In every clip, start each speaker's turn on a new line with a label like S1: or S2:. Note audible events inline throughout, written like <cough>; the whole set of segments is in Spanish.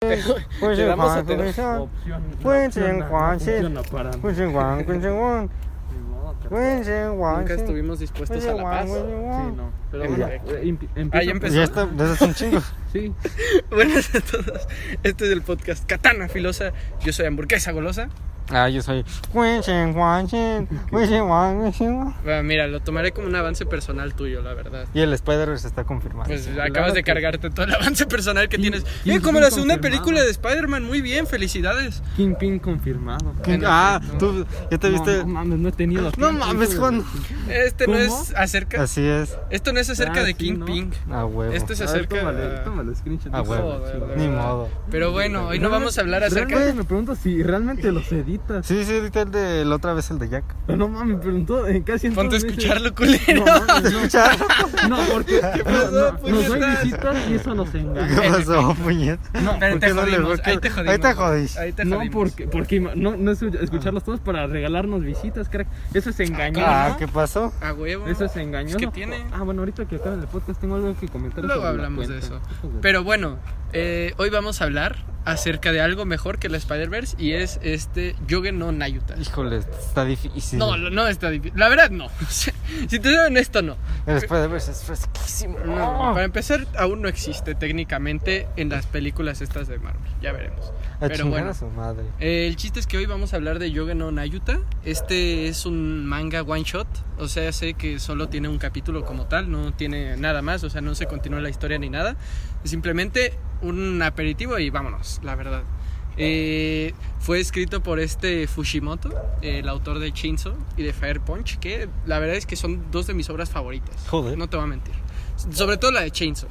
S1: Te,
S2: Pues
S1: te
S2: en
S1: damos
S2: Juan,
S1: a te-
S2: pues en-
S3: Opción. la
S2: Pues
S3: opción
S2: en
S3: A,
S2: Juan, sí.
S3: opción A para mí.
S2: Pues en Juan, pues en Juan,
S3: Ni modo, capaz.
S2: pues en Juan,
S1: Nunca
S2: sí.
S1: estuvimos dispuestos
S2: Pues
S1: a
S2: en
S1: la
S2: Juan,
S1: paz.
S2: pues
S1: <laughs>
S2: en
S3: Sí,
S2: Juan.
S3: no. Pero
S1: En
S3: bueno,
S1: efecto.
S3: eh, impi- empieza.
S1: Ahí empezó.
S2: Ya está, desde hace un chingo.
S1: <laughs>
S3: Sí.
S1: Buenas a todos. Este es el podcast Katana Filosa. Yo soy Hamburguesa Golosa.
S2: Ah, yo soy. Pues en Juan, sí, pues en Juan, pues en Juan.
S1: Ah, mira, lo tomaré como un avance personal tuyo, la verdad.
S2: Y el Spider-Verse está confirmado.
S1: Pues
S3: claro
S1: acabas de
S3: que-
S1: cargarte todo el avance personal que
S3: Y-
S1: tienes.
S3: y
S1: Eh,
S3: es
S1: como
S3: bien
S1: la segunda
S3: confirmado.
S1: película de Spider-Man. Muy bien, felicidades.
S3: Kingpin confirmado.
S2: ¿Quién-
S1: en
S2: Ah, tú ya te
S3: No,
S2: viste.
S3: No, mames, no he tenido.
S2: No
S3: tiempo,
S2: mames,
S3: hijo
S2: Juan.
S3: de-
S1: Este no Este
S3: ¿Cómo?
S1: es acerca.
S2: Así es,
S1: Esto no es acerca
S3: Ah,
S1: de
S3: sí,
S1: King
S3: ¿no?
S1: Pink.
S2: a huevo.
S1: Esto es
S3: A ver,
S1: acerca. Oh,
S3: tómale, tómale, screenshot.
S2: A huevo.
S1: Joder, la
S2: Ni
S1: verdad.
S2: modo.
S1: Pero bueno, hoy no vamos a hablar acerca.
S3: Realmente me pregunto si realmente los editas.
S2: Sí, sí, ahorita el de la otra vez el de Jack.
S3: Pero no mames, preguntó en casi en
S1: Ponte a
S3: todos meses.
S1: escucharlo, culero. <laughs>
S3: No
S2: <laughs>
S3: mames, no.
S2: Escucha,
S3: No, porque
S1: pasó,
S3: no, no, nos doy
S1: puñetas?
S3: visitas y eso nos
S2: ¿Qué
S3: engaña.
S2: pasó, puñet?
S1: Este Pero
S2: ¿por
S1: te
S2: qué no le-
S1: jodimos,
S2: por qué-
S1: ahí te jodimos.
S2: ahí te jodís.
S1: Ahí <laughs> te
S3: No,
S1: jodimos.
S3: porque, porque ima- no, no es escucharlos todos para regalarnos visitas, crack. Eso es engañoso.
S2: Ah, ¿qué pasó?
S1: A huevo.
S3: Eso es engañoso.
S1: Es que Pues, tiene.
S3: Ah, bueno, ahorita que acaben el podcast tengo algo que comentar.
S1: Luego
S3: sobre la
S1: hablamos de
S3: cuenta.
S1: eso.
S3: Hijo de-
S1: Pero bueno, eh, hoy vamos a hablar acerca de algo mejor que la Spider-Verse y es este Yogen no Nayuta.
S2: Híjole, está difícil.
S1: No, lo- no está difícil. La verdad, no. <laughs> si te soy honesto, no.
S2: El Spider-Verse es fresquísimo.
S1: No, Para empezar, aún no existe técnicamente en las películas estas de Marvel. Ya veremos.
S2: A
S1: Pero
S2: chingar
S1: bueno.
S2: a su madre.
S1: Eh, el chiste es que hoy vamos a hablar de Yogen no Nayuta. Este es un manga one shot, o sea, sé que solo tiene un capítulo como tal, no tiene nada más, o sea, no se continúa la historia ni nada. Es simplemente un aperitivo y vámonos, la verdad. Eh, fue escrito por este Fushimoto, el autor de Chainsaw y de Fire Punch, que la verdad es que son dos de mis obras favoritas.
S2: Joder.
S1: No te voy a mentir. Sobre todo la de Chainsaw.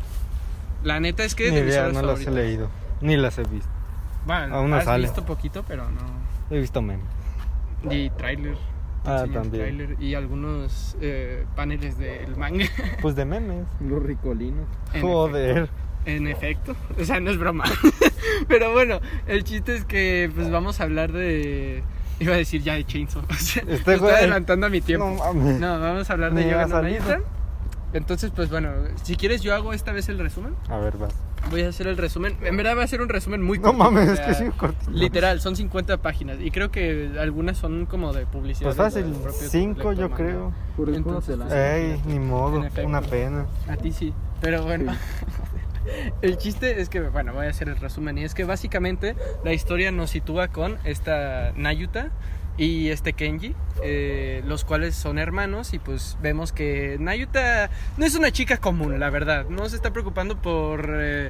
S1: La neta es que
S2: Ni
S1: de mis
S2: idea,
S1: obras
S2: no las he
S1: favoritas.
S2: leído. Ni las he visto.
S1: Bueno,
S2: Aún no
S1: has
S2: sale.
S1: visto poquito, pero no.
S2: He visto memes.
S1: Y tráiler.
S2: Ah,
S1: Enseñan
S2: también.
S1: tráiler y algunos eh, paneles del manga. <laughs>
S2: Pues de memes.
S3: Los ricolinos.
S1: En
S2: Joder.
S1: efecto- en efecto. O sea, no es broma. <laughs> Pero bueno, el chiste es que pues vamos a hablar de... Iba a decir ya de Chainsaw. <laughs> O sea,
S2: Este
S1: estoy
S2: güey-
S1: adelantando a mi tiempo.
S2: No mames.
S1: No, vamos a hablar de
S2: Ni ha
S1: Yoga no
S2: salido.
S1: Naita. Entonces, pues bueno, si quieres yo hago esta vez el resumen.
S2: A ver, vas.
S1: Voy a hacer el resumen. En verdad va a ser un resumen muy
S2: No
S1: corto.
S2: mames,
S1: o
S2: es que
S1: sea,
S2: sí, cortito.
S1: Literal, son 50 páginas y creo que algunas son como de publicidad.
S2: Pues
S1: del
S2: fácil,
S1: propio
S2: cinco yo
S1: lector manga.
S2: creo.
S3: Por
S1: el juego te la-
S2: Ey, ni modo,
S1: En efecto.
S2: una pena.
S1: pues, A ti sí, pero bueno. <laughs> El chiste es que, bueno, voy a hacer el resumen. Y es que básicamente la historia nos sitúa con esta Nayuta y este Kenji, eh, los cuales son hermanos. Y pues vemos que Nayuta no es una chica común, la verdad. No se está preocupando por. eh,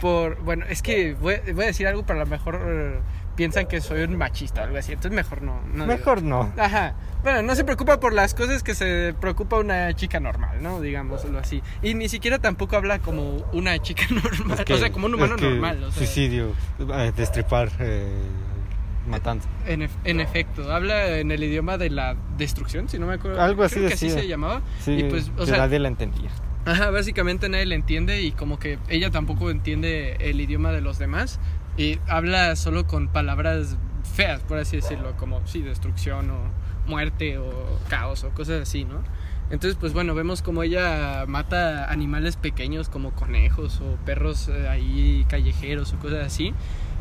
S1: por bueno, es que voy, voy a decir algo, pero a lo mejor eh, piensan que soy un machista o algo así. Entonces mejor no. no digo.
S2: Mejor
S1: <laughs>
S2: no.
S1: Ajá. Bueno, no se preocupa por las cosas que se preocupa una chica normal, ¿no? Digámoslo así. Y ni siquiera tampoco habla como una chica <laughs> normal.
S2: Es que-
S1: o sea, como un humano
S2: es que
S1: normal. o sea,
S2: Suicidio, eh, destripar, eh, matanza.
S1: En, ef- en efecto, habla en el idioma de la destrucción, si no me acuerdo.
S2: Algo así
S1: creo que así
S2: decía.
S1: se llamaba.
S2: Sí,
S1: y pues, o
S2: que
S1: sea,
S2: nadie la entendía.
S1: Ajá, básicamente nadie le entiende y como que ella tampoco entiende el idioma de los demás y habla solo con palabras feas, por así decirlo, como sí, destrucción o muerte o caos o cosas así, ¿no? Entonces, pues bueno, vemos como ella mata animales pequeños como conejos o perros eh, ahí callejeros o cosas así.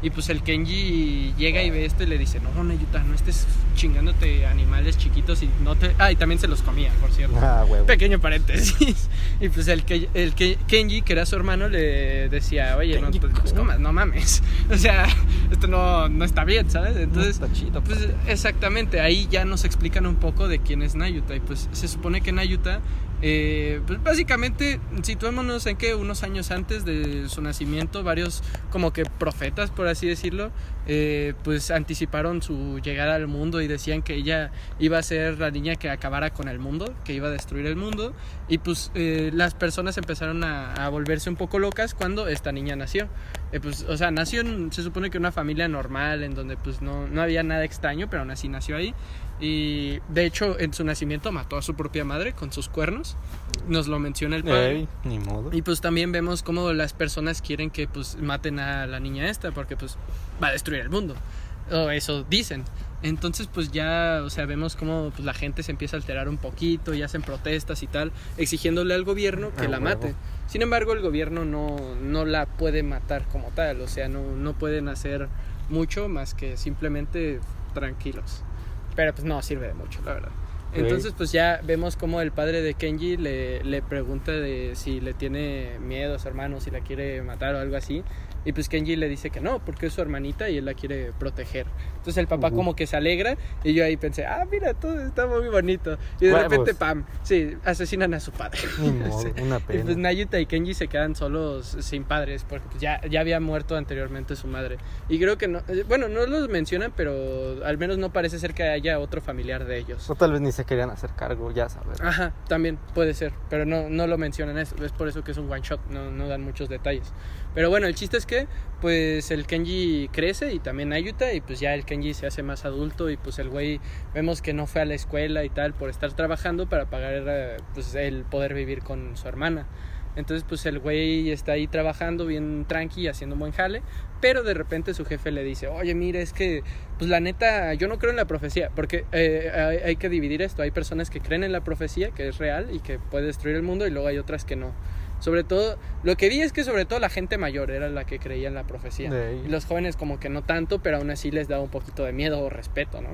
S1: Y pues el Kenji llega y ve esto y le dice, no, Nayuta, no estés chingándote animales chiquitos y no te... Ah, y también se los comía, por cierto.
S2: <laughs> Ah, huevo.
S1: Pequeño paréntesis. <laughs> Y pues el, que, el que, Kenji, que era su hermano, le decía, oye, no,
S2: Kenji,
S1: te- pues,
S2: ¿no?
S1: comas, no mames. <laughs> O sea, esto no, no está bien, ¿sabes? Entonces,
S2: No está chido,
S1: pues exactamente, ahí ya nos explican un poco de quién es Nayuta. Y pues se supone que Nayuta, eh, pues básicamente, situémonos en que unos años antes de su nacimiento, varios como que profetas, por así decirlo, eh, pues anticiparon su llegada al mundo y decían que ella iba a ser la niña que acabara con el mundo, que iba a destruir el mundo. Y pues eh, las personas empezaron a, a volverse un poco locas cuando esta niña nació. Eh, pues, o sea, nació en, se supone que en una familia normal, en donde pues no, no había nada extraño, pero aún así nació ahí. Y de hecho, en su nacimiento mató a su propia madre con sus cuernos. Nos lo menciona el padre.
S2: Ey, ni modo.
S1: Y pues también vemos cómo las personas quieren que pues maten a la niña esta porque pues va a destruir el mundo. O eso dicen. Entonces, pues ya, o sea, vemos cómo pues, la gente se empieza a alterar un poquito y hacen protestas y tal, exigiéndole al gobierno que
S2: Ah,
S1: la
S2: huevo.
S1: mate. Sin embargo, el gobierno no, no la puede matar como tal, o sea, no, no pueden hacer mucho más que simplemente tranquilos. Pero pues no sirve de mucho, la verdad.
S2: Ok.
S1: Entonces, pues ya vemos cómo el padre de Kenji le, le pregunta de si le tiene miedo a su hermano, si la quiere matar o algo así. Y pues Kenji le dice que no, porque es su hermanita y él la quiere proteger. Entonces el papá
S2: Ujú.
S1: como que se alegra y yo ahí pensé, ah, mira, todo está muy bonito. Y de
S2: Huevos.
S1: repente, pam, sí, asesinan a su padre.
S2: Ni modo,
S1: <laughs> Sí.
S2: una
S1: Y pues
S2: pena.
S1: Nayuta y Kenji se quedan solos sin padres porque pues, ya, ya había muerto anteriormente su madre. Y creo que no, eh, bueno, no los mencionan, pero al menos no parece ser que haya otro familiar de ellos.
S2: O tal vez ni se querían hacer cargo, ya sabes.
S1: Ajá, también puede ser, pero no, no lo mencionan, es, es por eso que es un one shot, no, no dan muchos detalles. Pero bueno, el chiste es que pues el Kenji crece y también Ayuta y pues ya el Kenji se hace más adulto y pues el güey vemos que no fue a la escuela y tal por estar trabajando para pagar eh, pues el poder vivir con su hermana. Entonces pues el güey está ahí trabajando bien tranqui, haciendo un buen jale, pero de repente su jefe le dice, oye mira, es que pues la neta, yo no creo en la profecía, porque eh, hay, hay que dividir esto. Hay personas que creen en la profecía, que es real y que puede destruir el mundo, y luego hay otras que no. Sobre todo, lo que vi es que sobre todo la gente mayor era la que creía en la profecía.
S2: De ahí.
S1: Y los jóvenes como que no tanto, pero aún así les daba un poquito de miedo o respeto, ¿no?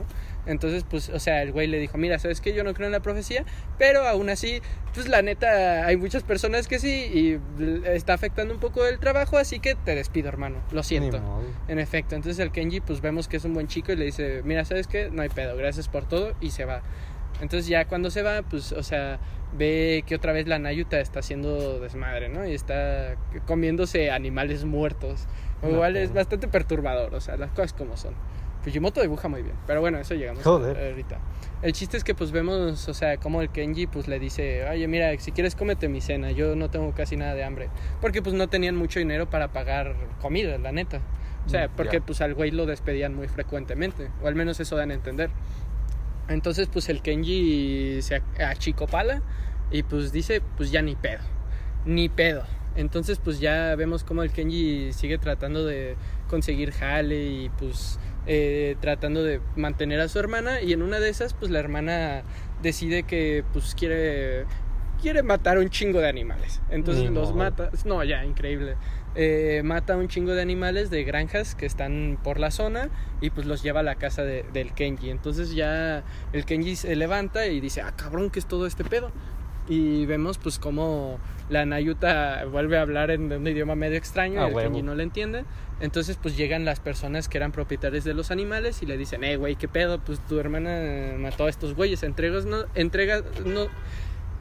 S1: Entonces, pues, o sea, el güey le dijo, mira, ¿sabes qué? Yo no creo en la profecía, pero aún así, pues la neta, hay muchas personas que sí, y l- está afectando un poco el trabajo, así que te despido, hermano. Lo siento.
S2: Ni modo.
S1: En efecto, entonces el Kenji pues vemos que es un buen chico y le dice, mira, ¿sabes qué? No hay pedo, gracias por todo y se va. Entonces ya cuando se va, pues, o sea, ve que otra vez la Nayuta está haciendo desmadre, ¿no? Y está comiéndose animales muertos.
S2: No,
S1: Igual
S2: pero-
S1: es bastante perturbador, o sea, las cosas como son. Fujimoto dibuja muy bien, pero bueno, eso llegamos
S2: Joder.
S1: a- ahorita. El chiste es que pues vemos, o sea, como el Kenji pues le dice, oye, mira, si quieres cómete mi cena, yo no tengo casi nada de hambre. Porque pues no tenían mucho dinero para pagar comida, la neta. O sea,
S2: Mm,
S1: porque
S2: ya.
S1: pues al güey lo despedían muy frecuentemente, o al menos eso dan a entender. Entonces pues el Kenji se a- achicopala y pues dice, pues ya ni pedo, ni pedo. Entonces pues ya vemos como el Kenji sigue tratando de conseguir jale y pues eh, tratando de mantener a su hermana y en una de esas pues la hermana decide que pues quiere quiere matar un chingo de animales entonces
S2: Ni
S1: los
S2: modo.
S1: mata no ya increíble Eh, mata un chingo de animales de granjas que están por la zona y pues los lleva a la casa de- del Kenji entonces ya el Kenji se levanta y dice ah cabrón qué es todo este pedo y vemos pues cómo la Nayuta vuelve a hablar en un idioma medio extraño
S2: Ah,
S1: y el
S2: huevo.
S1: Kenji no la entiende entonces, pues llegan las personas que eran propietarias de los animales y le dicen, eh, güey, ¿qué pedo? Pues tu hermana mató a estos güeyes, entregas, no, entregas, no,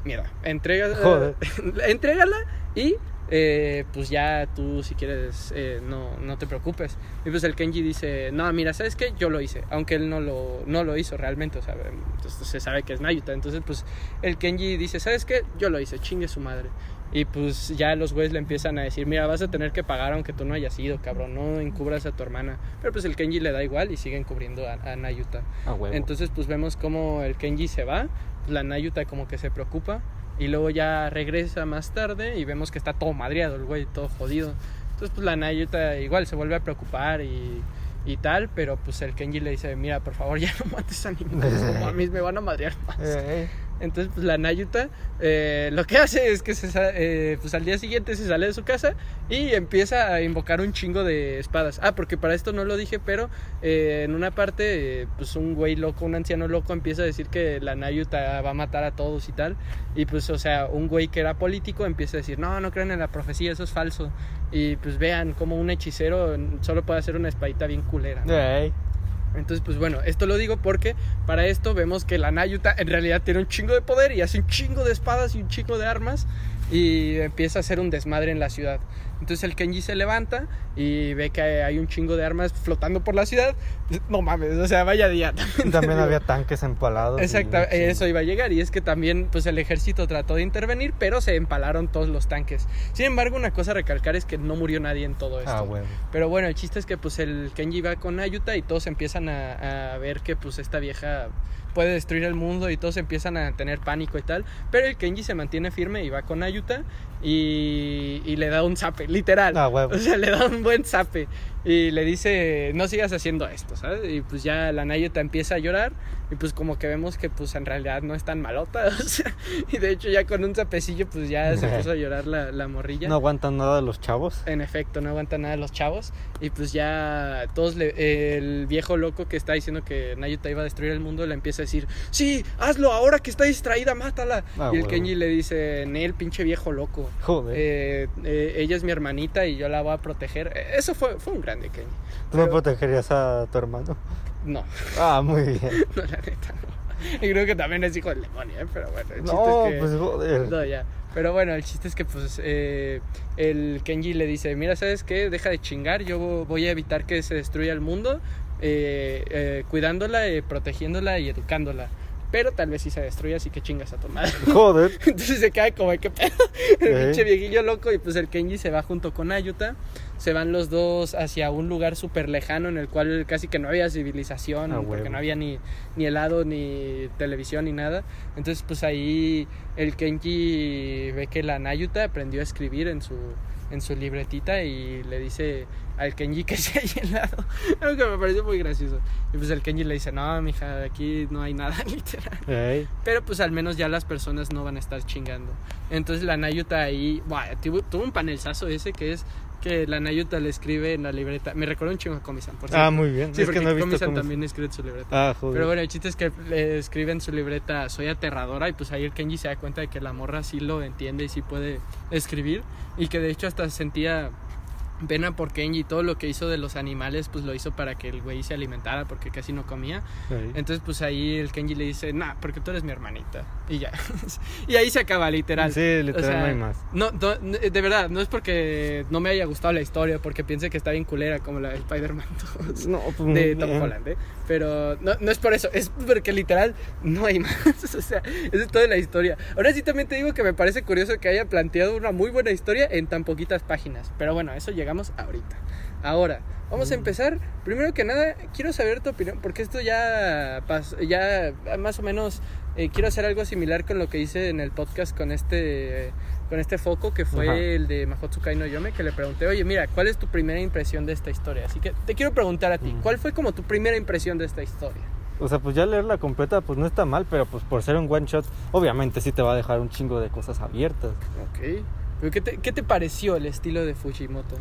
S1: mierda, entregas,
S2: Joder.
S1: <laughs> entrégala y eh, pues ya tú si quieres eh, no, no te preocupes. Y pues el Kenji dice, no, mira, ¿sabes qué? Yo lo hice, aunque él no lo, no lo hizo realmente, o sea, entonces se sabe que es Nayuta. Entonces, pues el Kenji dice, ¿sabes qué? Yo lo hice, chingue su madre. Y pues ya los güeyes le empiezan a decir, mira, vas a tener que pagar aunque tú no hayas ido, cabrón, no encubras a tu hermana. Pero pues el Kenji le da igual y siguen cubriendo a, a Nayuta.
S2: A huevo.
S1: Entonces pues vemos como el Kenji se va, pues, la Nayuta como que se preocupa y luego ya regresa más tarde y vemos que está todo madreado el güey, todo jodido. Entonces pues la Nayuta igual se vuelve a preocupar y, y tal, pero pues el Kenji le dice, mira, por favor <laughs> ya no mates a ninguno, no mames, me van a madrear más.
S2: Eh, eh.
S1: Entonces, pues la Nayuta eh, lo que hace es que se sa- eh, pues, al día siguiente se sale de su casa y empieza a invocar un chingo de espadas. Ah, porque para esto no lo dije, pero eh, en una parte, eh, pues un güey loco, un anciano loco, empieza a decir que la Nayuta va a matar a todos y tal. Y pues, o sea, un güey que era político empieza a decir, no, no crean en la profecía, eso es falso. Y pues vean como un hechicero solo puede hacer una espadita bien culera. ¿no?
S2: Eh,
S1: Entonces, pues bueno, esto lo digo porque para esto vemos que la Nayuta en realidad tiene un chingo de poder y hace un chingo de espadas y un chingo de armas y empieza a hacer un desmadre en la ciudad. Entonces el Kenji se levanta y ve que hay un chingo de armas flotando por la ciudad. No mames, o sea, vaya día.
S2: <laughs> También había tanques empalados. y
S1: Exacto,
S2: un chingo.
S1: eso iba a llegar. Y es que también, pues el ejército trató de intervenir, pero se empalaron todos los tanques. Sin embargo, una cosa a recalcar es que no murió nadie en todo esto.
S2: Ah, huevo.
S1: Pero bueno, el chiste es que pues el Kenji va con Ayuta y todos empiezan a, a ver que pues esta vieja puede destruir el mundo y todos empiezan a tener pánico y tal. Pero el Kenji se mantiene firme y va con Ayuta y, y le da un zape, literal.
S2: Ah, huevo.
S1: O sea, le da un buen zape y le dice, no sigas haciendo esto, ¿sabes? Y pues ya la Nayuta empieza a llorar y pues como que vemos que pues en realidad no es tan malota. <laughs> o sea, y de hecho ya con un zapecillo pues ya
S2: <laughs>
S1: se puso a llorar la, la morrilla.
S2: No aguantan nada los chavos.
S1: En efecto, no aguantan nada los chavos. Y pues ya todos, le- el viejo loco que está diciendo que Nayuta iba a destruir el mundo le empieza a decir, sí, hazlo, ahora que está distraída, mátala.
S2: Ah,
S1: y el
S2: huevo.
S1: Kenji le dice, Nel, pinche viejo loco.
S2: Joder.
S1: eh, eh, ella es mi hermanita y yo la voy a proteger. Eh, Eso fue, fue un grande Kenji.
S2: ¿Tú no
S1: pero-
S2: protegerías a tu
S1: <laughs>
S2: hermano?
S1: No,
S2: Ah, muy bien.
S1: no, la neta, no. Y creo que también es hijo del demonio, ¿eh? pero bueno, el chiste
S2: No,
S1: es que...
S2: pues joder.
S1: <laughs> No, ya. Pero bueno, el chiste es que pues eh, el Kenji le dice, mira, ¿sabes qué? Deja de chingar, yo vo- voy a evitar que se destruya el mundo, eh, eh, cuidándola, eh, protegiéndola y educándola. Pero tal vez sí se destruya, así que chingas a tu madre.
S2: <laughs> Joder.
S1: <laughs> Entonces se cae como, ¿qué pedo? <laughs> El
S2: Ey.
S1: pinche viejillo loco y pues el Kenji se va junto con Ayuta. Se van los dos hacia un lugar súper lejano en el cual casi que no había civilización,
S2: Ah,
S1: porque
S2: huevo.
S1: no había ni, ni helado, ni televisión, ni nada. Entonces pues ahí el Kenji ve que la Nayuta aprendió a escribir en su, en su libretita y le dice al Kenji que <laughs> se haya helado. Algo que me pareció muy gracioso. Y pues el Kenji le dice, no, mija, aquí no hay nada <laughs> literal.
S2: Ey,
S1: Pero pues al menos ya las personas no van a estar chingando. Entonces la Nayuta ahí, buah, tuvo, tuvo un panelzazo ese que es que la Nayuta le escribe en la libreta. Me recuerda un chingo a Comisan, por
S2: Ah,
S1: cierto.
S2: muy bien.
S1: sí,
S2: es que
S1: porque
S2: no he visto
S1: Comisan
S2: cómo es-
S1: también escribe en su libreta.
S2: Ah, joder.
S1: Pero bueno, el chiste es que le escribe en su libreta Soy aterradora y pues ahí el Kenji se da cuenta de que la morra sí lo entiende y sí puede escribir y que de hecho hasta sentía pena por Kenji todo lo que hizo de los animales pues lo hizo para que el güey se alimentara porque casi no comía.
S2: Ey.
S1: Entonces, pues ahí el Kenji le dice, nah, porque tú eres mi hermanita. Y ya. <laughs> y ahí se acaba, literal.
S2: Sí, literal,
S1: O sea,
S2: no hay más.
S1: No, no, no, de verdad, no es porque no me haya gustado la historia, porque piense que está bien culera como la de Spider-Man <laughs> 2
S2: No, pues, muy
S1: de Tom
S2: bien.
S1: Holland, ¿eh? Pero no, no es por eso, es porque literal no hay <laughs> más. O sea, esa es toda la historia. Ahora sí también te digo que me parece curioso que haya planteado una muy buena historia en tan poquitas páginas. Pero bueno, a eso llegamos ahorita. Ahora,
S2: Mm.
S1: vamos a empezar. Primero que nada, quiero saber tu opinión, porque esto ya, pas- ya más o menos eh, quiero hacer algo similar con lo que hice en el podcast con este. con este foco que fue
S2: Ajá.
S1: el de Mahotsukai no Yome, que le pregunté, oye, mira, ¿cuál es tu primera impresión de esta historia? Así que te quiero preguntar a ti,
S2: Mm.
S1: ¿cuál fue como tu primera impresión de esta historia?
S2: O sea, pues ya leerla completa, pues no está mal, pero pues por ser un one shot, obviamente sí te va a dejar un chingo de cosas abiertas.
S1: Ok. ¿Pero qué, te, qué te pareció el estilo de Fujimoto?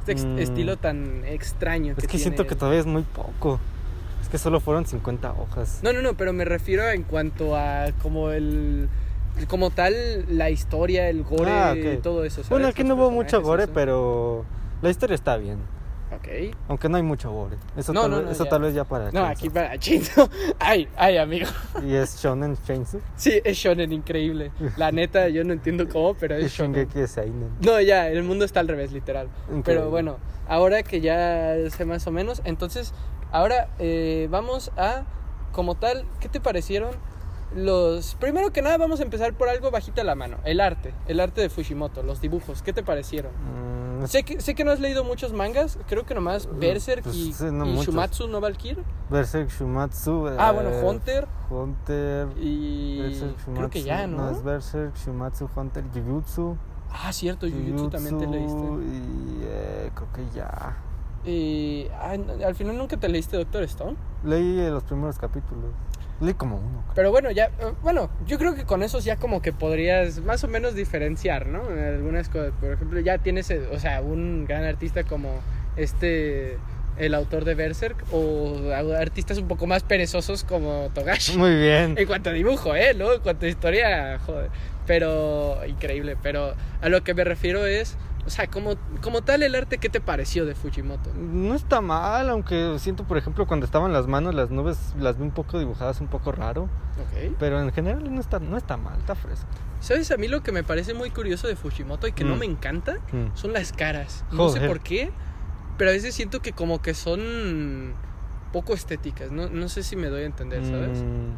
S1: Este ex-
S2: Mm.
S1: estilo tan extraño que
S2: Es que siento
S1: tiene
S2: que
S1: él.
S2: todavía es muy poco. Es que solo fueron 50 hojas.
S1: No, no, no, pero me refiero en cuanto a como el... Como tal, la historia, el gore
S2: Ah, ok.
S1: y todo eso. Pues, ¿sabes?
S2: bueno, aquí
S1: Los
S2: no hubo mucho
S1: personajes,
S2: gore,
S1: eso.
S2: pero la historia está bien.
S1: Ok.
S2: Aunque no hay mucho gore. Eso,
S1: No,
S2: tal,
S1: no,
S2: vez-
S1: no,
S2: eso
S1: ya.
S2: tal vez ya para.
S1: No,
S2: Chainsaw.
S1: aquí <laughs> para Chinzo. Ay, ay, amigo.
S2: Y es Shonen Chainsaw.
S1: Sí, es shonen increíble. La neta, yo no entiendo cómo, pero
S2: Y
S1: es shonen.
S2: Shingeki es Seinen.
S1: No, ya, el mundo está al revés, literal.
S2: Increíble.
S1: Pero bueno, ahora que ya sé más o menos, entonces, ahora eh, vamos a, como tal, ¿qué te parecieron los... Primero que nada, vamos a empezar por algo bajita la mano, el arte, el arte de Fushimoto, los dibujos, ¿qué te parecieron?
S2: Mm,
S1: Sé que, sé que no has leído muchos mangas, creo que nomás Berserk
S2: pues,
S1: y,
S2: sí, no
S1: y
S2: muchos.
S1: Shumatsu no Valkyr.
S2: Berserk Shumatsu.
S1: Ah,
S2: eh,
S1: bueno, Hunter
S2: Hunter.
S1: y...
S2: Berserk Shumatsu.
S1: Creo que ya, ¿no?
S2: es Berserk Shumatsu, Hunter, Jujutsu.
S1: Ah, cierto, Jujutsu también te leíste.
S2: Jujutsu Y eh, creo que ya.
S1: Y ah, n- al final nunca te leíste Doctor Stone.
S2: Leí eh, los primeros capítulos. Leí como uno. creo.
S1: Pero bueno, ya, eh, bueno, yo creo que con esos ya como que podrías más o menos diferenciar, ¿no? Algunas cosas, por ejemplo, ya tienes, eh, o sea, un gran artista como este, el autor de Berserk, o a- artistas un poco más perezosos como Togashi.
S2: Muy bien.
S1: En cuanto a dibujo, ¿eh? Luego, en cuanto a historia, joder. Pero, increíble, pero a lo que me refiero es, o sea, como, como tal el arte, ¿qué te pareció de Fujimoto?
S2: No está mal, aunque siento, por ejemplo, cuando estaban las manos, las nubes las vi un poco dibujadas, un poco raro.
S1: Ok.
S2: Pero en general no está, no está mal, está fresco.
S1: ¿Sabes a mí lo que me parece muy curioso de Fujimoto y que no
S2: Mm.
S1: me encanta? Son las caras. No sé
S2: Joder.
S1: por qué, pero a veces siento que como que son poco estéticas. No, no sé si me doy a entender, ¿sabes? Pues,
S2: Mm,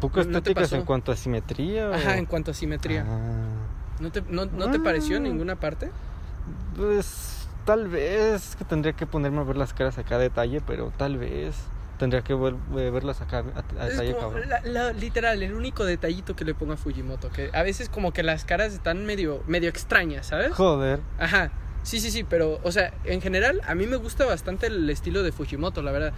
S2: poco
S1: ¿No te
S2: estéticas
S1: pasó?
S2: en cuanto a simetría. o-
S1: Ajá, en cuanto a simetría.
S2: Ah,
S1: ¿No te, no, no te
S2: Ah.
S1: pareció en ninguna parte?
S2: pues tal vez que tendría que ponerme a ver las caras a cada detalle, pero tal vez. Tendría que vol- eh, verlas acá a, a
S1: Es
S2: detalle,
S1: como
S2: cabrón.
S1: la- la- literal, el único detallito que le pongo a Fujimoto, que a veces como que las caras están medio, medio extrañas, ¿sabes?
S2: Joder.
S1: Ajá. Sí, sí, sí, pero, o sea, en general a mí me gusta bastante el estilo de Fujimoto, la verdad.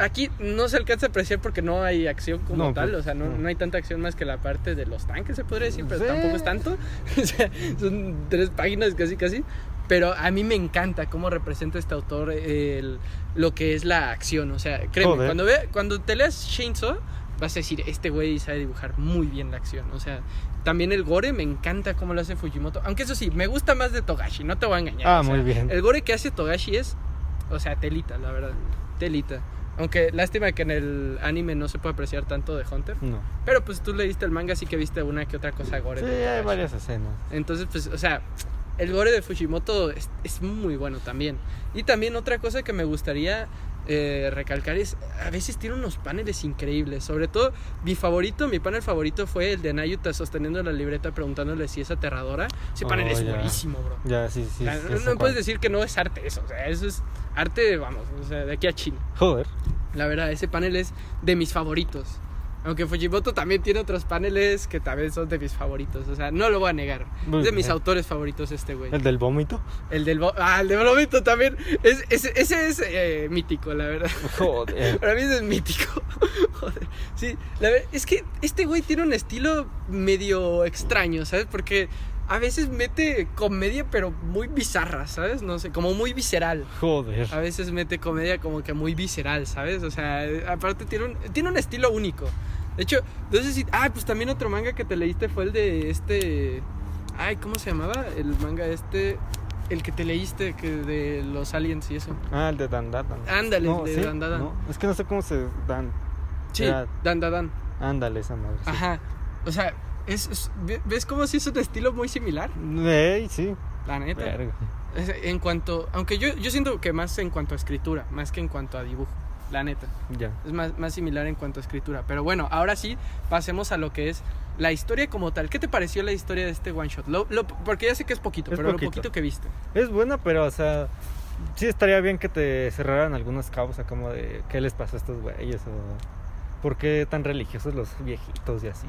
S1: Aquí no se alcanza a apreciar porque no hay acción como
S2: No,
S1: tal,
S2: pues,
S1: o sea, no,
S2: no.
S1: no hay tanta acción más que la parte de los tanques, se podría decir, pero
S2: Sí.
S1: tampoco es tanto. <laughs> O sea, son tres páginas casi, casi. Pero a mí me encanta cómo representa este autor el- lo que es la acción, o sea, créeme,
S2: Joder.
S1: cuando, ve, cuando te leas Chainsaw vas a decir, este güey sabe dibujar muy bien la acción, o sea, también el gore me encanta cómo lo hace Fujimoto. Aunque eso sí, me gusta más de Togashi, no te voy a engañar.
S2: Ah,
S1: o sea,
S2: muy bien.
S1: El gore que hace Togashi es, o sea, telita, la verdad. Telita. Aunque lástima que en el anime no se puede apreciar tanto de Hunter.
S2: No.
S1: Pero pues tú leíste el manga, así que viste una que otra cosa gore.
S2: Sí,
S1: de
S2: hay
S1: Togashi.
S2: varias escenas.
S1: Entonces, pues, o sea, el gore de Fujimoto es, es muy bueno también. Y también otra cosa que me gustaría eh, recalcar es, a veces tiene unos paneles increíbles. Sobre todo, mi favorito, mi panel favorito fue el de Nayuta sosteniendo la libreta preguntándole si es aterradora. Ese panel
S2: Oh,
S1: es
S2: ya.
S1: buenísimo, bro.
S2: Ya, sí, sí.
S1: O sea,
S2: sí,
S1: no
S2: sé
S1: no
S2: cuál.
S1: puedes decir que no es arte eso. O sea, eso es arte, vamos, o sea, de aquí a China.
S2: Joder.
S1: La verdad, ese panel es de mis favoritos. Aunque Fujimoto también tiene otros paneles que también son de mis favoritos. O sea, no lo voy a negar.
S2: Muy
S1: es de mis
S2: bien.
S1: autores favoritos este güey.
S2: El del vómito.
S1: El del... bo- Ah, el de Bromito también. Es- ese- ese es eh, mítico, la verdad. <laughs>
S2: Joder.
S1: Para mí ese es mítico. <laughs> Joder. Sí, la verdad, es que este güey tiene un estilo medio extraño, ¿sabes? Porque a veces mete comedia, pero muy bizarra, ¿sabes? No sé, como muy visceral.
S2: Joder.
S1: A veces mete comedia como que muy visceral, ¿sabes? O sea, eh, aparte tiene un, tiene un estilo único. De hecho, no sé si... Ah, pues también otro manga que te leíste fue el de este... Ay, ¿cómo se llamaba? El manga este... El que te leíste que de los aliens y eso.
S2: Ah, el de Dandadan.
S1: Ándale, el de Dandadan.
S2: no, es que no sé cómo se dan.
S1: Sí,
S2: Era-
S1: Dan Dan Dan.
S2: Ándale, esa madre. sí.
S1: Ajá. O sea, es, es- ve- ¿ves cómo si es un estilo muy similar?
S2: Ey, sí.
S1: La neta.
S2: Verga.
S1: Es- En cuanto. Aunque yo, yo siento que más en cuanto a escritura, más que en cuanto a dibujo. La neta.
S2: Ya.
S1: Es más, más similar en cuanto a escritura. Pero bueno, ahora sí, pasemos a lo que es la historia como tal. ¿Qué te pareció la historia de este one shot? Lo, lo- porque ya sé que es poquito,
S2: Es
S1: pero
S2: poquito.
S1: lo poquito que viste.
S2: Es buena, pero, o sea, sí estaría bien que te cerraran algunos cabos a como de qué les pasó a estos güeyes o por qué tan religiosos los viejitos y así.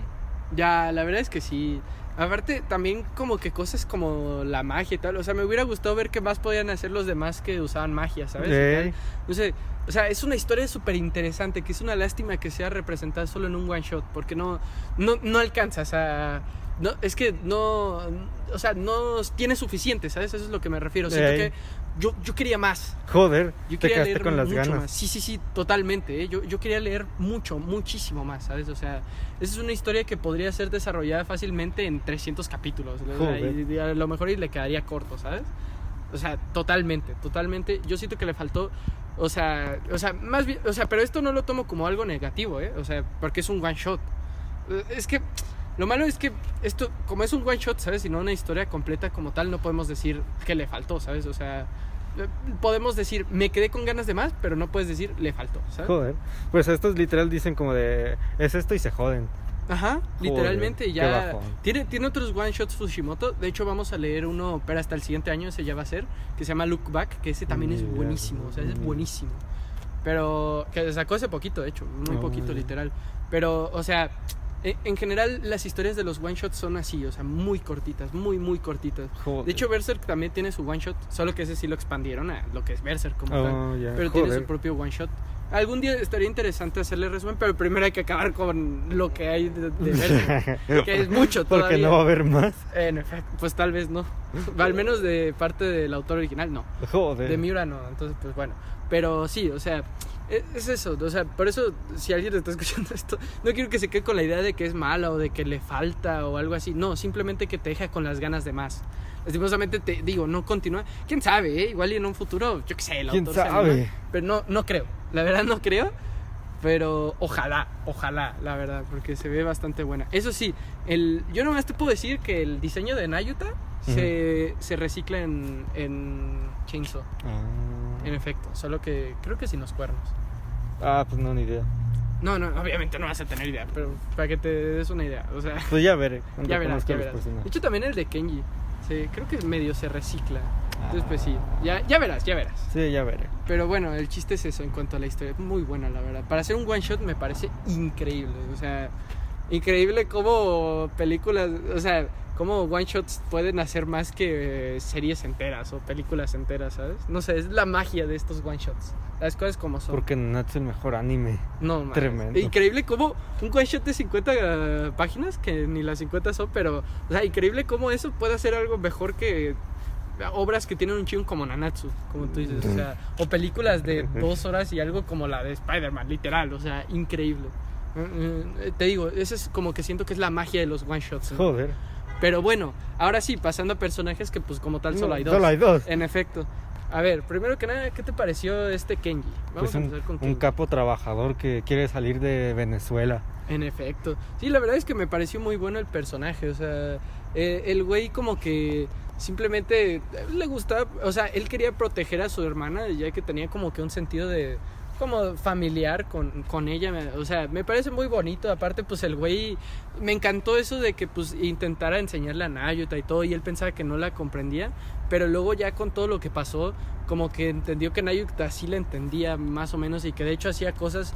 S1: Ya, la verdad es que sí. Aparte, también como que cosas como la magia y tal. O sea, me hubiera gustado ver qué más podían hacer los demás que usaban magia, ¿sabes?
S2: Ey,
S1: No sé, o sea, es una historia súper interesante, que es una lástima que sea representada solo en un one shot, porque no, no, no alcanzas a... No, es que no, o sea, no tiene suficiente, ¿sabes? Eso es lo que me refiero. Siento
S2: Ey.
S1: que yo, yo quería más.
S2: Joder,
S1: Yo
S2: te
S1: quería
S2: quedaste
S1: leer
S2: con las
S1: mucho
S2: ganas.
S1: más. Sí, sí, sí, totalmente. ¿eh? Yo, yo quería leer mucho, muchísimo más, ¿sabes? O sea, esa es una historia que podría ser desarrollada fácilmente en 300 capítulos. ¿no?
S2: Joder.
S1: Y- y a lo mejor y le quedaría corto, ¿sabes? O sea, totalmente, totalmente. Yo siento que le faltó. O sea, o sea, más bien, o sea, pero esto no lo tomo como algo negativo, ¿eh? O sea, porque es un one shot. Eh, Es que lo malo es que esto, como es un one shot, ¿sabes? Y no una historia completa como tal, no podemos decir que le faltó, ¿sabes? O sea, eh, podemos decir, me quedé con ganas de más, pero no puedes decir, le faltó, ¿sabes?
S2: Joder. Pues estos literal dicen como de es esto y se joden.
S1: Ajá, literalmente
S2: qué
S1: ya.
S2: bajón.
S1: Tiene, tiene otros one shots Fushimoto. De hecho, vamos a leer uno, pero hasta el siguiente año ese ya va a ser, que se llama Look Back, que ese también es
S2: Mira,
S1: buenísimo. O sea, ese es
S2: mira.
S1: buenísimo. Pero que se sacó hace poquito, de hecho, muy
S2: Ah,
S1: poquito,
S2: mira.
S1: literal. Pero, o sea, en, en general las historias de los one shots son así, o sea, muy cortitas, muy, muy cortitas.
S2: Joder.
S1: De hecho, Berserk también tiene su one shot, solo que ese sí lo expandieron a lo que es Berserk como tal.
S2: Oh, ya.
S1: Pero tiene
S2: Joder.
S1: su propio one shot. Algún día estaría interesante hacerle resumen, pero primero hay que acabar con lo que hay de, de
S2: <laughs>
S1: ver, que es mucho
S2: Porque
S1: todavía.
S2: no va a haber más.
S1: En efecto, pues tal vez no. Al menos de parte del autor original, no.
S2: <laughs> Joder.
S1: De Miura no, entonces pues bueno. Pero sí, o sea, e- es eso. O sea, por eso si alguien está <laughs> escuchando esto, no quiero que se quede con la idea de que es mala o de que le falta o algo así. No, simplemente que te deja con las ganas de más. Lastimosamente te digo, no continúa. ¿Quién sabe? eh? Igual y en un futuro, yo qué sé, el
S2: ¿Quién
S1: autor se anima.
S2: sabe?
S1: Pero no, no creo. La verdad no creo. Pero ojalá, ojalá, la verdad, porque se ve bastante buena. Eso sí, el, yo nomás te puedo decir que el diseño de Nayuta se, se recicla en, en Chainsaw.
S2: Ah.
S1: En efecto, solo que creo que sin los cuernos.
S2: Ah, pues no, ni idea.
S1: No, no, obviamente no vas a tener idea, pero para que te des una idea, o sea,
S2: Pues ya veré. cuando
S1: ya verás,
S2: conozca
S1: ya
S2: los
S1: verás. De
S2: personajes.
S1: hecho, también el de Kenji, sí, creo que medio se recicla. Entonces,
S2: Ah.
S1: pues sí, ya, ya verás, ya verás.
S2: Sí, ya veré.
S1: Pero bueno, el chiste es eso en cuanto a la historia. Muy buena, la verdad. Para hacer un one shot me parece increíble. O sea, increíble cómo películas, o sea, cómo one shots pueden hacer más que eh, series enteras o películas enteras, ¿sabes? No sé, es la magia de estos one shots. Las cosas como son.
S2: Porque Natsu es el mejor anime.
S1: No, mames.
S2: Tremendo.
S1: Increíble cómo un one shot de 50 eh, páginas, que ni las 50 son, pero, o sea, increíble cómo eso puede hacer algo mejor que obras que tienen un chingo como Nanatsu, como tú dices, o sea,
S2: Mm.
S1: o películas
S2: <laughs>
S1: de dos horas y algo como la de Spider-Man, literal, o sea, increíble. Mm, mm, Te digo, eso es como que siento que es la magia de los one shots. ¿no?
S2: Joder.
S1: Pero bueno, ahora sí, pasando a personajes que pues como tal solo hay dos. Eh,
S2: Solo hay dos.
S1: En efecto. A ver, primero que nada, ¿qué te pareció este Kenji? Vamos
S2: Pues
S1: a
S2: un,
S1: empezar con
S2: un
S1: Kenji.
S2: capo trabajador que quiere salir de Venezuela.
S1: En efecto. Sí, la verdad es que me pareció muy bueno el personaje. O sea, eh, el güey como que simplemente eh, le gustaba, o sea, él quería proteger a su hermana ya que tenía como que un sentido de como familiar con, con ella, me- o sea, me parece muy bonito, aparte pues el güey, me encantó eso de que pues intentara enseñarle a Nayuta y todo, y él pensaba que no la comprendía, pero luego ya con todo lo que pasó, como que entendió que Nayuta sí la entendía más o menos y que de hecho hacía cosas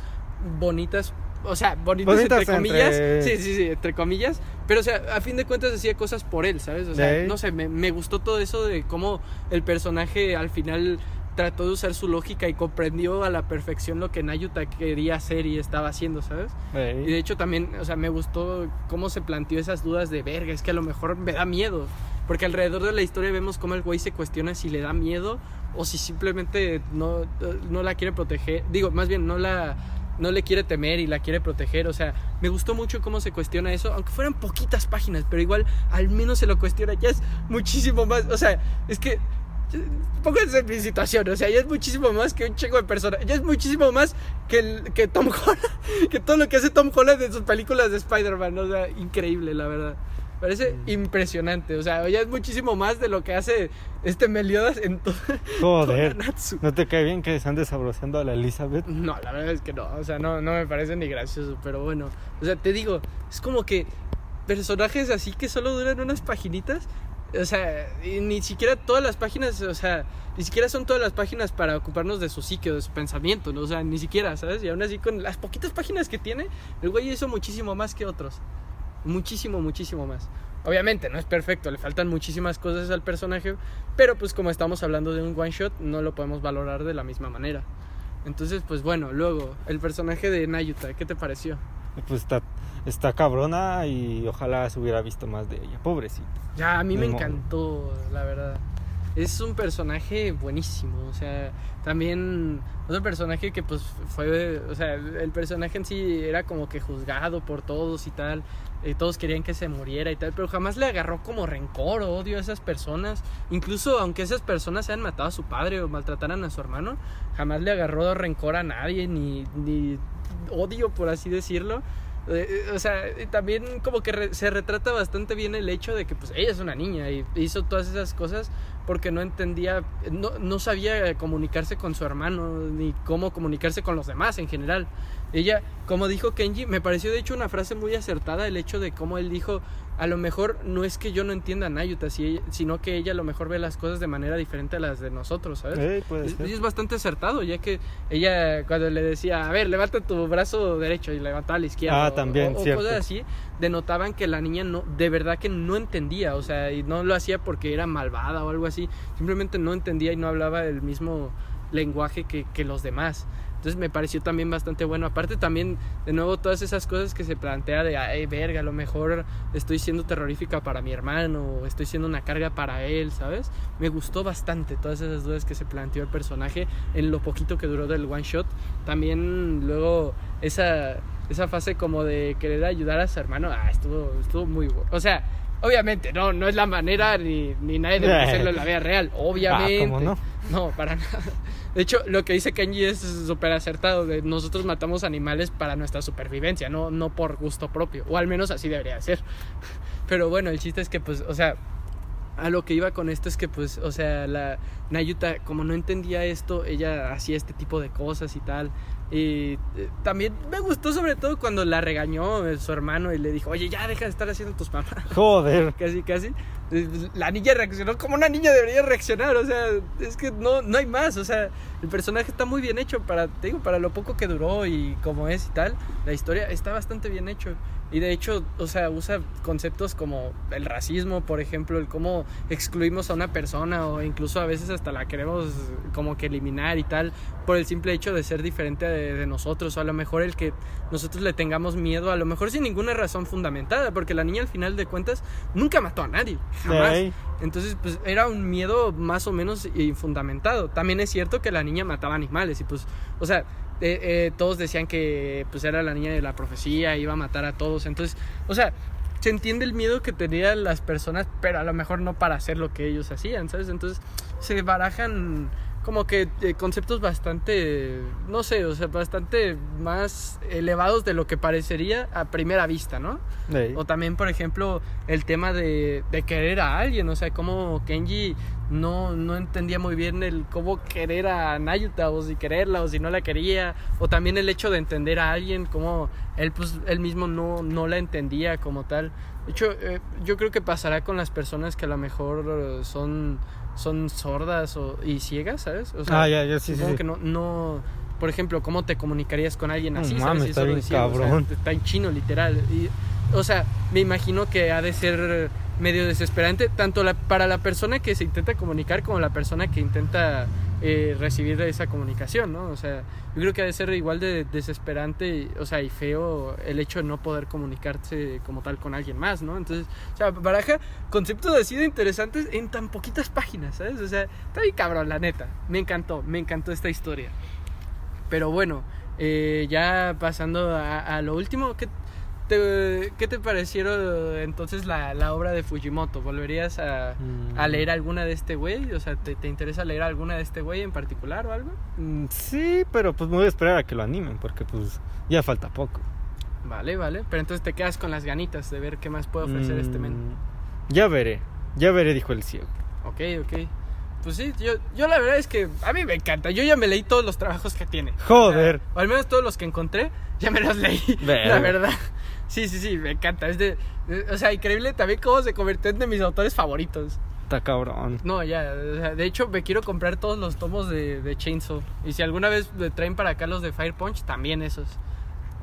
S1: bonitas, o sea, bonitas,
S2: Bonitas
S1: entre comillas,
S2: entre-
S1: sí, sí, sí, entre comillas, pero o sea, a fin de cuentas hacía cosas por él, ¿sabes? O sea,
S2: Sí.
S1: no sé, me, me gustó todo eso de cómo el personaje al final trató de usar su lógica y comprendió a la perfección lo que Nayuta quería hacer y estaba haciendo, ¿sabes? Y de hecho también, o sea, me gustó cómo se planteó esas dudas de verga, es que a lo mejor me da miedo. Porque alrededor de la historia vemos cómo el güey se cuestiona si le da miedo o si simplemente no, no la quiere proteger. Digo, más bien no la no le quiere temer y la quiere proteger. O sea, me gustó mucho cómo se cuestiona eso, aunque fueran poquitas páginas, pero igual al menos se lo cuestiona. Ya es muchísimo más. O sea, es que. eh, Pónganse en mi situación, o sea, ya es muchísimo más que un chingo de personas, ya es muchísimo más que, el- que Tom Holland, <laughs> que todo lo que hace Tom Holland en sus películas de Spider-Man, o sea, increíble, la verdad. Parece impresionante, o sea, ya es muchísimo más de lo que hace este Meliodas en todo.
S2: Joder.
S1: <laughs> Natsu.
S2: ¿No te cae bien que están desabrochando a la Elizabeth?
S1: No, la verdad es que no, o sea, no, no me parece ni gracioso, pero bueno, o sea, te digo, es como que personajes así que solo duran unas paginitas, o sea, y ni siquiera todas las páginas, o sea, ni siquiera son todas las páginas para ocuparnos de su psique o de su pensamiento, ¿no? o sea, ni siquiera, ¿sabes? Y aún así con las poquitas páginas que tiene, el güey hizo muchísimo más que otros, muchísimo, muchísimo más. Obviamente no es perfecto, le faltan muchísimas cosas al personaje, pero pues como estamos hablando de un one shot, no lo podemos valorar de la misma manera. Entonces, pues bueno, luego, el personaje de Nayuta, ¿qué te pareció?
S2: Pues está, está cabrona y ojalá se hubiera visto más de ella. Pobrecita.
S1: Ya, a mí me
S2: Ni modo.
S1: encantó, la verdad. Es un personaje buenísimo, o sea, también otro personaje que pues fue, o sea, el personaje en sí era como que juzgado por todos y tal, eh, todos querían que se muriera y tal, pero jamás le agarró como rencor o odio a esas personas, incluso aunque esas personas hayan matado a su padre o maltrataran a su hermano, jamás le agarró rencor a nadie ni, ni odio, por así decirlo. Eh, eh, O sea, y también como que re- se retrata bastante bien el hecho de que pues ella es una niña y hizo todas esas cosas porque no entendía, no, no sabía comunicarse con su hermano ni cómo comunicarse con los demás en general. Ella, como dijo Kenji, me pareció de hecho una frase muy acertada el hecho de cómo él dijo, a lo mejor no es que yo no entienda a Nayuta, si ella- sino que ella a lo mejor ve las cosas de manera diferente a las de nosotros, ¿sabes?
S2: Eh, puede
S1: Es,
S2: ser.
S1: y es bastante acertado, ya que ella cuando le decía, a ver, levanta tu brazo derecho y levantaba a la izquierda.
S2: Ah,
S1: o-
S2: también,
S1: o, o
S2: cierto.
S1: cosas así, denotaban que la niña no, de verdad que no entendía, o sea, y no lo hacía porque era malvada o algo así, simplemente no entendía y no hablaba el mismo lenguaje que, que los demás. Entonces me pareció también bastante bueno. Aparte también, de nuevo, todas esas cosas que se plantea de, ay, verga, a lo mejor estoy siendo terrorífica para mi hermano, o estoy siendo una carga para él, ¿sabes? Me gustó bastante todas esas dudas que se planteó el personaje en lo poquito que duró del one shot. También luego esa, esa fase como de querer ayudar a su hermano, ah, estuvo, estuvo muy bueno. O sea, obviamente, no, no es la manera ni, ni nadie debe hacerlo en la vida real, obviamente.
S2: Ah, ¿cómo no?
S1: No, para nada. De hecho, lo que dice Kenji es súper acertado. De nosotros matamos animales para nuestra supervivencia, no, no por gusto propio. O al menos así debería de ser. Pero bueno, el chiste es que, pues, o sea, A lo que iba con esto es que, pues, o sea, la Nayuta, como no entendía esto, ella hacía este tipo de cosas y tal. Y eh, también me gustó, sobre todo, cuando la regañó eh, su hermano y le dijo, oye, ya deja de estar haciendo tus mamás.
S2: Joder.
S1: <laughs> Casi, casi. Eh, La niña reaccionó como una niña debería reaccionar. O sea, es que no, no hay más. O sea, el personaje está muy bien hecho para, te digo, para lo poco que duró y como es y tal. La historia está bastante bien hecho. Y de hecho, o sea, usa conceptos como el racismo, por ejemplo, el cómo excluimos a una persona o incluso a veces hasta la queremos como que eliminar y tal por el simple hecho de ser diferente de, de nosotros o a lo mejor el que nosotros le tengamos miedo, a lo mejor sin ninguna razón fundamentada, porque la niña al final de cuentas nunca mató a nadie, jamás.
S2: Ey.
S1: Entonces, pues era un miedo más o menos infundamentado. También es cierto que la niña mataba animales y pues, o sea, eh, eh, todos decían que pues era la niña de la profecía, iba a matar a todos. Entonces, o sea, se entiende el miedo que tenían las personas, pero a lo mejor no para hacer lo que ellos hacían, ¿sabes? Entonces, se barajan como que eh, conceptos bastante, no sé, o sea, bastante más elevados de lo que parecería a primera vista, ¿no?
S2: Ey.
S1: O también, por ejemplo, el tema de, de querer a alguien. O sea, como Kenji no, no entendía muy bien el cómo querer a Nayuta, o si quererla, o si no la quería. O también el hecho de entender a alguien, como él, pues, él mismo no, no la entendía como tal. De hecho, eh, yo creo que pasará con las personas que a lo mejor eh, son, son sordas o, y ciegas, ¿sabes? O sea,
S2: Ah, ya, ya, sí, sí,
S1: supongo
S2: sí.
S1: que no... no por ejemplo, ¿cómo te comunicarías con alguien
S2: No
S1: así?
S2: mames,
S1: Si
S2: está
S1: solo
S2: bien
S1: decía, o sea,
S2: cabrón.
S1: está en chino, literal. Y, o sea, me imagino que ha de ser medio desesperante, tanto la- para la persona que se intenta comunicar como la persona que intenta eh, recibir esa comunicación, ¿no? O sea, yo creo que ha de ser igual de desesperante, y- o sea, y feo el hecho de no poder comunicarse como tal con alguien más, ¿no? Entonces, o sea, baraja conceptos así de interesantes en tan poquitas páginas, ¿sabes? O sea, está bien cabrón, la neta. Me encantó, me encantó esta historia. Pero bueno, eh, ya pasando a, a lo último, ¿qué te, qué te parecieron entonces la, la obra de Fujimoto? ¿Volverías a,
S2: Mm.
S1: a leer alguna de este güey? O sea, ¿te, te interesa leer alguna de este güey en particular o algo?
S2: Mm, Sí, pero pues me voy a esperar a que lo animen, porque pues ya falta poco.
S1: Vale, vale. Pero entonces te quedas con las ganitas de ver qué más puede ofrecer este men.
S2: Mm, Ya veré, ya veré, dijo el ciego.
S1: Ok, ok. Pues sí, yo, yo la verdad es que a mí me encanta. Yo ya me leí todos los trabajos que tiene.
S2: Joder.
S1: O al menos todos los que encontré, ya me los leí. <laughs>
S2: Verga.
S1: La verdad. Sí, sí, sí, me encanta. Es de, de- o sea, increíble también cómo se convirtió en de mis autores favoritos.
S2: Está cabrón. <laughs>
S1: No, ya, o sea, de hecho me quiero comprar todos los tomos de, de Chainsaw. Y si alguna vez me traen para acá los de Fire Punch, también esos.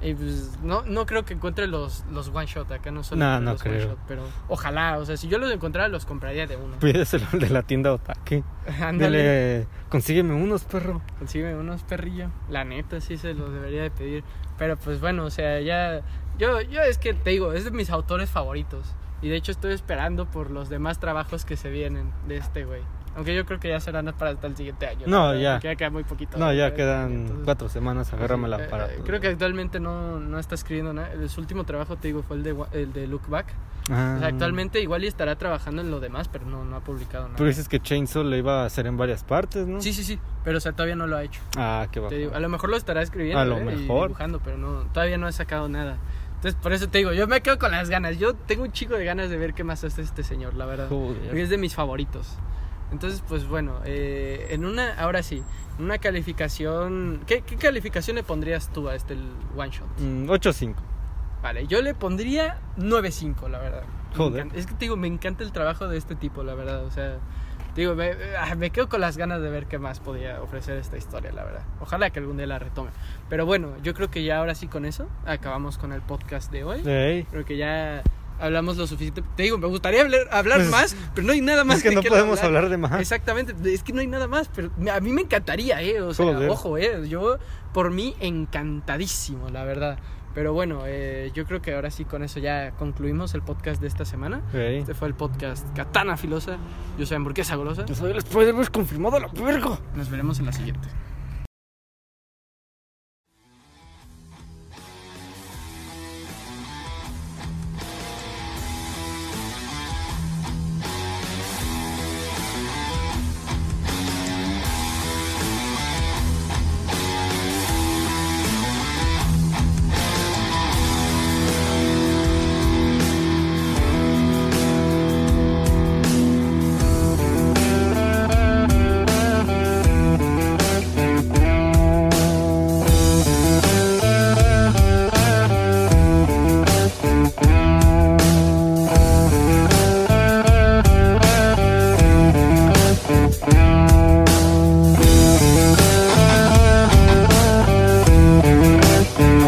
S1: Y pues no, no creo que encuentre los, los one shot acá, no solo
S2: No, no
S1: los
S2: creo.
S1: shot, pero ojalá, o sea, si yo los encontrara los compraría de uno.
S2: Pídeselo al de la tienda Otake.
S1: <laughs> Ándale.
S2: Dile, consígueme unos, perro.
S1: Consigue unos perrillos. La neta, sí se los debería de pedir. Pero pues bueno, o sea, ya. Yo, yo es que te digo, es de mis autores favoritos. Y de hecho estoy esperando por los demás trabajos que se vienen de este güey. Aunque yo creo que ya serán para hasta el siguiente año.
S2: No,
S1: Porque
S2: ya.
S1: Queda, queda muy poquito.
S2: No, ya
S1: ¿verdad?
S2: quedan
S1: Entonces,
S2: cuatro semanas,
S1: eh,
S2: agárramela para.
S1: eh, Creo que actualmente no, no está escribiendo nada. El- Su último trabajo, te digo, fue el de, Wa- el de Look Back.
S2: Ah.
S1: O sea, actualmente igual y estará trabajando en lo demás, pero no, no ha publicado nada.
S2: Pero dices que Chainsaw lo iba a hacer en varias partes, ¿no?
S1: Sí, sí, sí. Pero o sea, todavía no lo ha hecho.
S2: Ah, qué
S1: Te digo, a
S2: bajo.
S1: lo mejor lo estará escribiendo
S2: A lo
S1: ¿eh? y
S2: mejor.
S1: dibujando, pero no, todavía no he sacado nada. Entonces, por eso te digo, yo me quedo con las ganas. Yo tengo un chico de ganas de ver qué más hace este señor, la verdad.
S2: Joder.
S1: Es de mis favoritos. Entonces, pues bueno, eh, en una, ahora sí, en una calificación, ¿qué, qué calificación le pondrías tú a este one shot?
S2: Mm, 8-5.
S1: Vale, yo le pondría 9.5, la verdad. Me
S2: Joder.
S1: encanta- Es que te digo, me encanta el trabajo de este tipo, la verdad. O sea, te digo, me, ah, me quedo con las ganas de ver qué más podía ofrecer esta historia, la verdad. Ojalá que algún día la retome. Pero bueno, yo creo que ya ahora sí con eso acabamos con el podcast de hoy.
S2: Ey.
S1: Creo que ya hablamos lo suficiente. Te digo, me gustaría hablar, hablar
S2: Pues,
S1: más, pero no hay nada más
S2: Es que
S1: de
S2: no
S1: qué
S2: podemos hablar de más.
S1: Exactamente, es que no hay nada más, pero me- a mí me encantaría, ¿eh? O sea,
S2: Joder.
S1: ojo, ¿eh? Yo, por mí, encantadísimo, la verdad. Pero bueno, eh, yo creo que ahora sí con eso ya concluimos el podcast de esta semana.
S2: Ey.
S1: Este fue el podcast Katana Filosa. Yo soy Hamburguesa Golosa.
S2: Yo soy el Spider-Verse confirmado a la verga.
S1: Nos veremos en la siguiente.